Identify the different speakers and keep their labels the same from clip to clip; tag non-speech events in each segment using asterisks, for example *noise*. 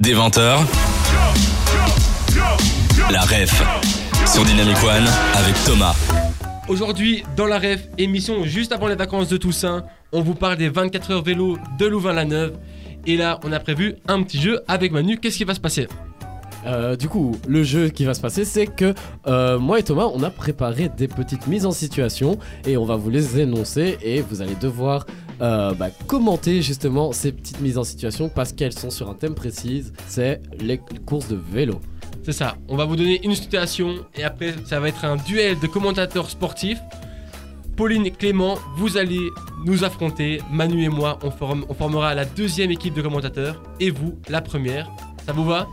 Speaker 1: Dès 20h, la ref sur Dynamic One avec Thomas.
Speaker 2: Aujourd'hui, dans la ref, émission juste avant les vacances de Toussaint, on vous parle des 24 heures vélo de Louvain-la-Neuve. Et là, on a prévu un petit jeu avec Manu. Qu'est-ce qui va se passer
Speaker 3: Euh, du coup, le jeu qui va se passer, c'est que euh, moi et Thomas, on a préparé des petites mises en situation et on va vous les énoncer et vous allez devoir euh, bah, commenter justement ces petites mises en situation parce qu'elles sont sur un thème précis, c'est les courses de vélo.
Speaker 2: C'est ça, on va vous donner une situation et après, ça va être un duel de commentateurs sportifs. Pauline et Clément, vous allez nous affronter. Manu et moi, on, forme- on formera la deuxième équipe de commentateurs et vous, la première. Ça vous va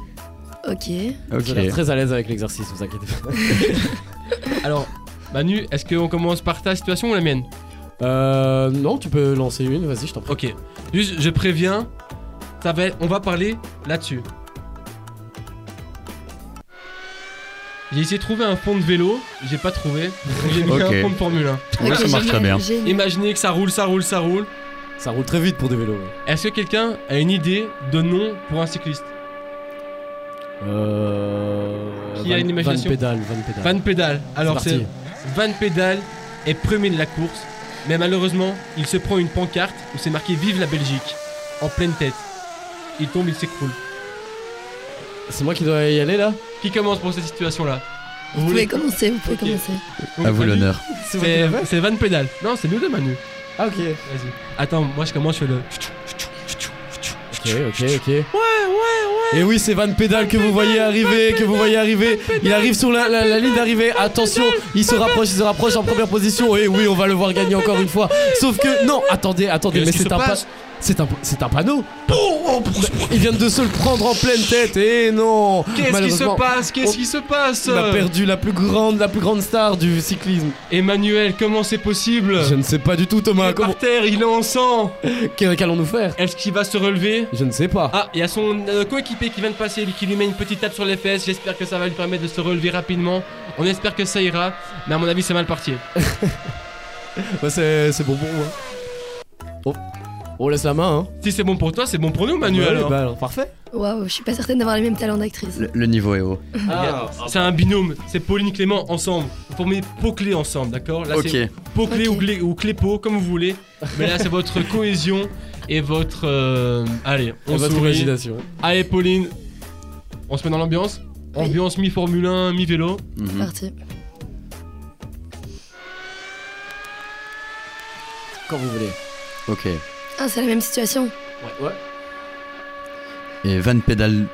Speaker 4: Ok.
Speaker 3: Vous allez être très à l'aise avec l'exercice, vous inquiétez pas.
Speaker 2: Alors, Manu, est-ce qu'on commence par ta situation ou la mienne
Speaker 3: Euh, non, tu peux lancer une, vas-y, je t'en prie.
Speaker 2: Ok, juste je préviens, ça va être- on va parler là-dessus. J'ai essayé de trouver un fond de vélo, j'ai pas trouvé, donc j'ai mis
Speaker 5: *laughs* Ok.
Speaker 2: un fond de Formule 1.
Speaker 5: Ouais,
Speaker 4: Ok,
Speaker 5: ça marche très bien.
Speaker 4: génial, génial.
Speaker 2: Imaginez que ça roule, ça roule, ça roule.
Speaker 3: Ça roule très vite pour des vélos. ouais.
Speaker 2: Est-ce que quelqu'un a une idée de nom pour un cycliste
Speaker 3: Euh,
Speaker 2: Qui a
Speaker 3: van-
Speaker 2: une imagination
Speaker 3: Van pédale, van pédale.
Speaker 2: Van Pedal. Alors
Speaker 3: parti.
Speaker 2: c'est Van Pedal est premier de la course, mais malheureusement, il se prend une pancarte où c'est marqué Vive la Belgique en pleine tête. Il tombe, il s'écroule.
Speaker 3: C'est moi qui dois y aller là
Speaker 2: Qui commence pour cette situation-là
Speaker 4: Vous pouvez commencer, vous pouvez
Speaker 2: Ok.
Speaker 4: commencer.
Speaker 5: À vous l'honneur.
Speaker 3: C'est moi qui
Speaker 2: C'est
Speaker 3: dois faire
Speaker 2: c'est Van Pedal. Non, c'est nous deux, Manu.
Speaker 3: Ah, ok.
Speaker 2: Vas-y. Attends, moi je commence, je fais le.
Speaker 3: Ok, ok, ok. Ouais, ouais, ouais. Et oui, c'est Van Pédale que vous voyez arriver, que vous voyez arriver. Il arrive sur la, la- la ligne d'arrivée. Attention, il se rapproche, il se rapproche en première position. Et oui, on va le voir gagner encore une fois. Sauf que non, attendez, attendez,
Speaker 2: Qu'est-ce
Speaker 3: mais
Speaker 2: qui
Speaker 3: c'est
Speaker 2: se
Speaker 3: un pa-
Speaker 2: passe
Speaker 3: c'est un c'est un panneau. Il vient de se le prendre en pleine tête. Et non,
Speaker 2: Qu'est-ce qui
Speaker 3: malheureusement,
Speaker 2: se passe Qu'est-ce
Speaker 3: on-
Speaker 2: qui se passe
Speaker 3: il a perdu la plus grande, la plus grande star du cyclisme.
Speaker 2: Emmanuel, comment c'est possible
Speaker 3: Je ne sais pas du tout,
Speaker 2: Il
Speaker 3: Thomas.
Speaker 2: est
Speaker 3: Comment...
Speaker 2: par terre, il est en sang.
Speaker 3: qu'est- Qu'allons-nous faire
Speaker 2: Est-ce qu'il va se relever
Speaker 3: Je ne sais pas.
Speaker 2: Ah, il y a son euh, coéquipier qui vient de passer, qui lui met une petite tape sur les fesses. J'espère que ça va lui permettre de se relever rapidement. On espère que ça ira, mais à mon avis, c'est mal parti.
Speaker 3: Bah, c'est c'est bon pour moi. Oh. On laisse la main, hein.
Speaker 2: Si c'est bon pour toi, c'est bon pour nous, hein. Manu.
Speaker 3: Ouais,
Speaker 2: alors.
Speaker 3: bah parfait.
Speaker 4: Waouh, je suis pas certaine d'avoir les mêmes talents d'actrice.
Speaker 5: Le, le niveau est haut.
Speaker 2: C'est un binôme, c'est Pauline Clément ensemble. Vous formez Poclé ensemble, d'accord Là,
Speaker 5: ok.
Speaker 2: c'est Poclé
Speaker 4: Ok.
Speaker 2: ou, Glé- ou Clépo, comme vous voulez. Mais là, c'est votre cohésion et votre. euh, allez, on
Speaker 3: Et votre
Speaker 2: sourit.
Speaker 3: imagination.
Speaker 2: Allez, Pauline, on se met dans l'ambiance
Speaker 4: Oui.
Speaker 2: Ambiance mi-Formule 1, mi-vélo.
Speaker 5: Mhm.
Speaker 4: Parti.
Speaker 3: Quand vous voulez.
Speaker 5: Ok.
Speaker 4: Ah, c'est la même situation.
Speaker 3: Ouais, ouais.
Speaker 5: Et Van Pédale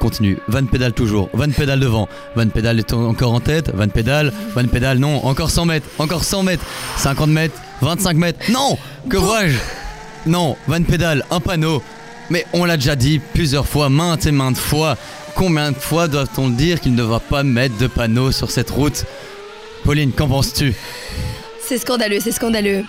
Speaker 5: continue. Van Pédale toujours. Van Pédale devant. Van Pédale est en- encore en tête. Van Pédale. Van Pédale, non. Encore 100 mètres. Encore 100 mètres. 50 mètres. 25 mètres. Non Que vois-je Non. Van Pédale, un panneau. Mais on l'a déjà dit plusieurs fois, maintes et maintes fois. Combien de fois doit-on dire qu'il ne va pas mettre de panneau sur cette route Pauline, qu'en penses-tu
Speaker 4: C'est scandaleux, c'est scandaleux.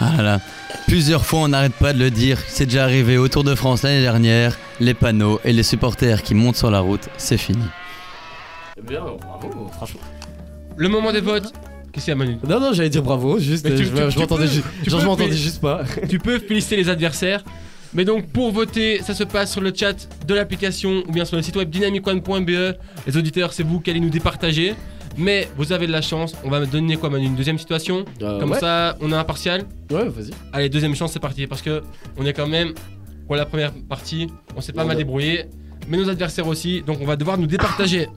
Speaker 5: Ah là là. Plusieurs fois, on n'arrête pas de le dire. C'est déjà arrivé au Tour de France l'année dernière. Les panneaux et les supporters qui montent sur la route, c'est fini.
Speaker 3: Eh bien,
Speaker 2: Ah,
Speaker 3: bravo, franchement.
Speaker 2: Le moment des votes. Qu'est-ce qu'il y a,
Speaker 3: *laughs*
Speaker 2: Manu
Speaker 3: Non, non, j'allais dire bravo, juste.
Speaker 2: Mais
Speaker 3: euh,
Speaker 2: tu-
Speaker 3: je
Speaker 2: tu-
Speaker 3: je
Speaker 2: tu
Speaker 3: m'entendais
Speaker 2: peux-
Speaker 3: ju-
Speaker 2: tu
Speaker 3: genre, je
Speaker 2: peux,
Speaker 3: m'entendais
Speaker 2: mais-
Speaker 3: juste pas.
Speaker 2: Tu peux féliciter les adversaires. Mais donc pour voter, ça se passe sur le chat de l'application ou bien sur le site web dynamicone.be. E. Les auditeurs, c'est vous qui allez nous départager. Mais vous avez de la chance. On va me donner quoi, Manu Une deuxième situation
Speaker 3: Euh,
Speaker 2: Comme
Speaker 3: ouais.
Speaker 2: ça, on a un partial.
Speaker 3: Ouais, vas-y.
Speaker 2: Allez, deuxième chance, c'est parti. Parce que on est quand même pour la première partie. On s'est pas
Speaker 3: Ouais.
Speaker 2: mal débrouillé. Mais nos adversaires aussi. Donc on va devoir nous départager.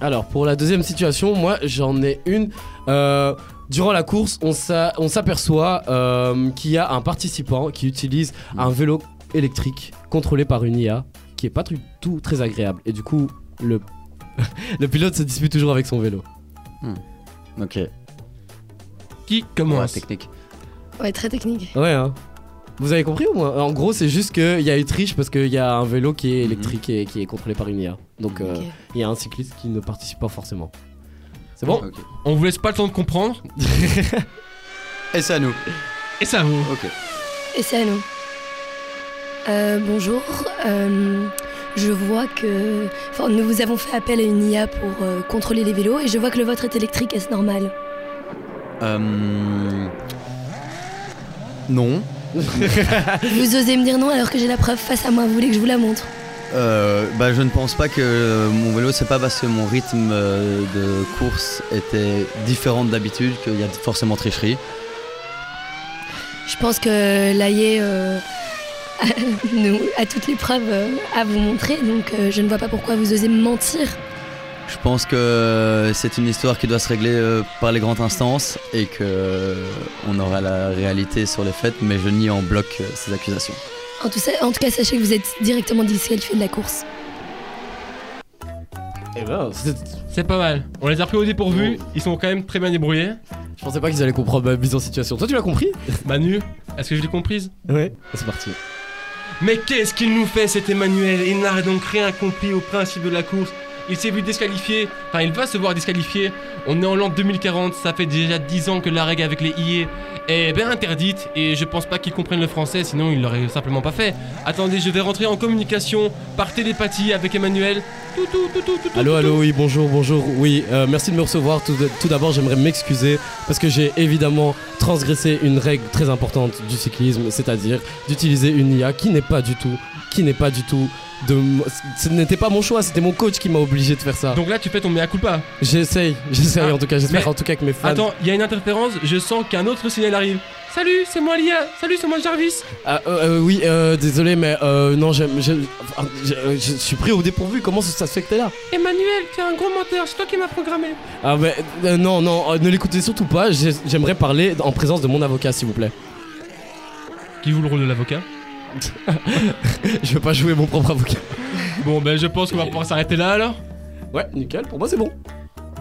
Speaker 3: Alors, pour la deuxième situation, moi, j'en ai une. Euh, durant la course, on s'a- on s'aperçoit euh, qu'il y a un participant qui utilise un vélo électrique contrôlé par une IA qui est pas du tout très agréable. Et du coup, le, *laughs* le pilote se dispute toujours avec son vélo.
Speaker 5: Ok.
Speaker 2: Qui commence
Speaker 5: technique.
Speaker 4: Ouais, très technique.
Speaker 3: Ouais, hein. Vous avez compris ou moins En gros, c'est juste qu'il y a eu triche parce qu'il y a un vélo qui est électrique et qui est contrôlé par une IA. Donc, euh,
Speaker 4: Ok.
Speaker 3: il y a un cycliste qui ne participe pas forcément. C'est bon
Speaker 2: On vous laisse pas le temps de comprendre.
Speaker 5: Et c'est à nous.
Speaker 2: Et ça vous.
Speaker 5: Ok.
Speaker 4: Et c'est à nous. Euh, bonjour. Euh, je vois que. Enfin, nous vous avons fait appel à une IA pour euh, contrôler les vélos et je vois que le vôtre est électrique, est-ce normal
Speaker 5: Non. Euh,
Speaker 4: Vous osez me dire non alors que j'ai la preuve face à moi, vous voulez que je vous la montre
Speaker 5: Euh, bah, je ne pense pas que mon vélo, c'est pas parce que mon rythme euh, de course était différent de d'habitude qu'il y a forcément tricherie.
Speaker 4: Je pense que Laïe euh, *laughs* a, nous- a toutes les preuves euh, à vous montrer, donc euh, je ne vois pas pourquoi vous osez me mentir.
Speaker 5: Je pense que c'est une histoire qui doit se régler euh, par les grandes instances et que euh, on aura la réalité sur les faits, mais je nie en bloc euh, ces accusations.
Speaker 4: En tout, sa- en tout cas, sachez que vous êtes directement disqualifié de la course.
Speaker 3: Eh ben, c'était-
Speaker 2: C'est pas mal. On les a pris au dépourvu, ils sont quand même très bien débrouillés.
Speaker 3: je pensais pas qu'ils allaient comprendre ma mise en situation. Toi, tu l'as compris
Speaker 2: Manu, est-ce que je l'ai comprise
Speaker 3: Ouais. C'est parti.
Speaker 2: Mais qu'est-ce qu'il nous fait cet Emmanuel Il n'a donc rien compris au principe de la course. Il s'est vu disqualifié, enfin il va se voir disqualifié. On est en l'an 2040, ça fait déjà 10 ans que la règle avec les IE est bien interdite et je pense pas qu'ils comprennent le français, sinon ils l'auraient simplement pas fait. Attendez, je vais rentrer en communication par télépathie avec Emmanuel. Tout, tout, tout, tout, tout, tout,
Speaker 3: Allô, euh.
Speaker 2: tout.
Speaker 3: allô, oui, bonjour, bonjour. Oui, euh, merci de me recevoir. Tout, tout d'abord, j'aimerais m'excuser parce que j'ai évidemment transgressé une règle très importante du cyclisme, c'est-à-dire d'utiliser une IA qui n'est pas du tout, qui n'est pas du tout de. m- Ce n'était pas mon choix, c'était mon coach qui m'a obligé de faire ça.
Speaker 2: Donc là tu fais ton mea culpa.
Speaker 3: J'essaye, j'essaye
Speaker 2: Ah,
Speaker 3: en tout cas, j'espère
Speaker 2: mais-
Speaker 3: en tout cas que mes fans.
Speaker 2: Attends, il y a une interférence, je sens qu'un autre signal arrive. Salut, c'est moi Lia. Salut, c'est moi Jarvis.
Speaker 3: Ah, euh, euh, oui, euh, désolé, mais euh, non, j'aime- j'aime- ah, je, euh, je suis pris au dépourvu. Comment ça se fait que t'es là
Speaker 2: Emmanuel, tu es un gros menteur, c'est toi qui m'as programmé.
Speaker 3: Ah, mais euh, non, non, euh, ne l'écoutez surtout pas. j'ai- J'aimerais parler en présence de mon avocat, s'il vous plaît. *laughs*
Speaker 2: Qui joue le rôle de l'avocat
Speaker 3: Je veux pas jouer mon propre avocat.
Speaker 2: Bon, ben je pense qu'on va pouvoir s'arrêter là alors.
Speaker 3: Ouais, nickel, pour moi c'est bon.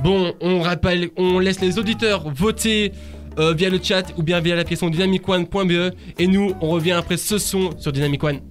Speaker 2: Bon, on rappelle, on laisse les auditeurs voter euh, E. via le chat ou bien via l'application dynamicone.be et nous, on revient après ce son sur Dynamic One.